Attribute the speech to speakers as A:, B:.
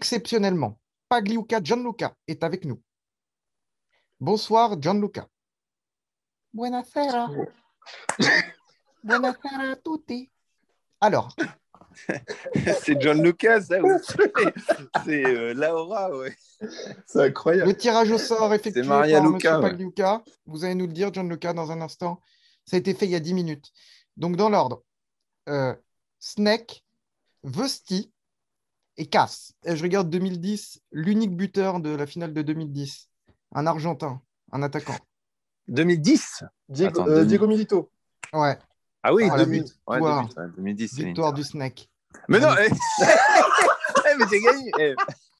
A: exceptionnellement, Pagliuca Gianluca est avec nous. Bonsoir Gianluca. Buonasera. Buonasera a tutti. Alors,
B: C'est John Lucas, ça vous savez. C'est euh, Laura, ouais.
C: C'est incroyable.
A: le tirage au sort effectué par
B: Maria
A: M.
B: Luca, ouais.
A: Pagliuca, vous allez nous le dire, Gianluca, dans un instant. Ça a été fait il y a 10 minutes. Donc, dans l'ordre, euh, Snake, Vesti et Cass. Et je regarde 2010, l'unique buteur de la finale de 2010, un Argentin, un attaquant.
B: 2010
C: Diego,
B: Attends,
C: euh,
B: demi.
C: Diego Milito.
A: Ouais,
B: Ah oui,
A: Ah, la
B: 2000. Ouais,
A: victoire.
B: 2000, ouais, 2010. c'est
A: victoire
B: l'Inter.
A: du Snake.
B: Mais non, eh, eh, mais j'ai gagné. eh.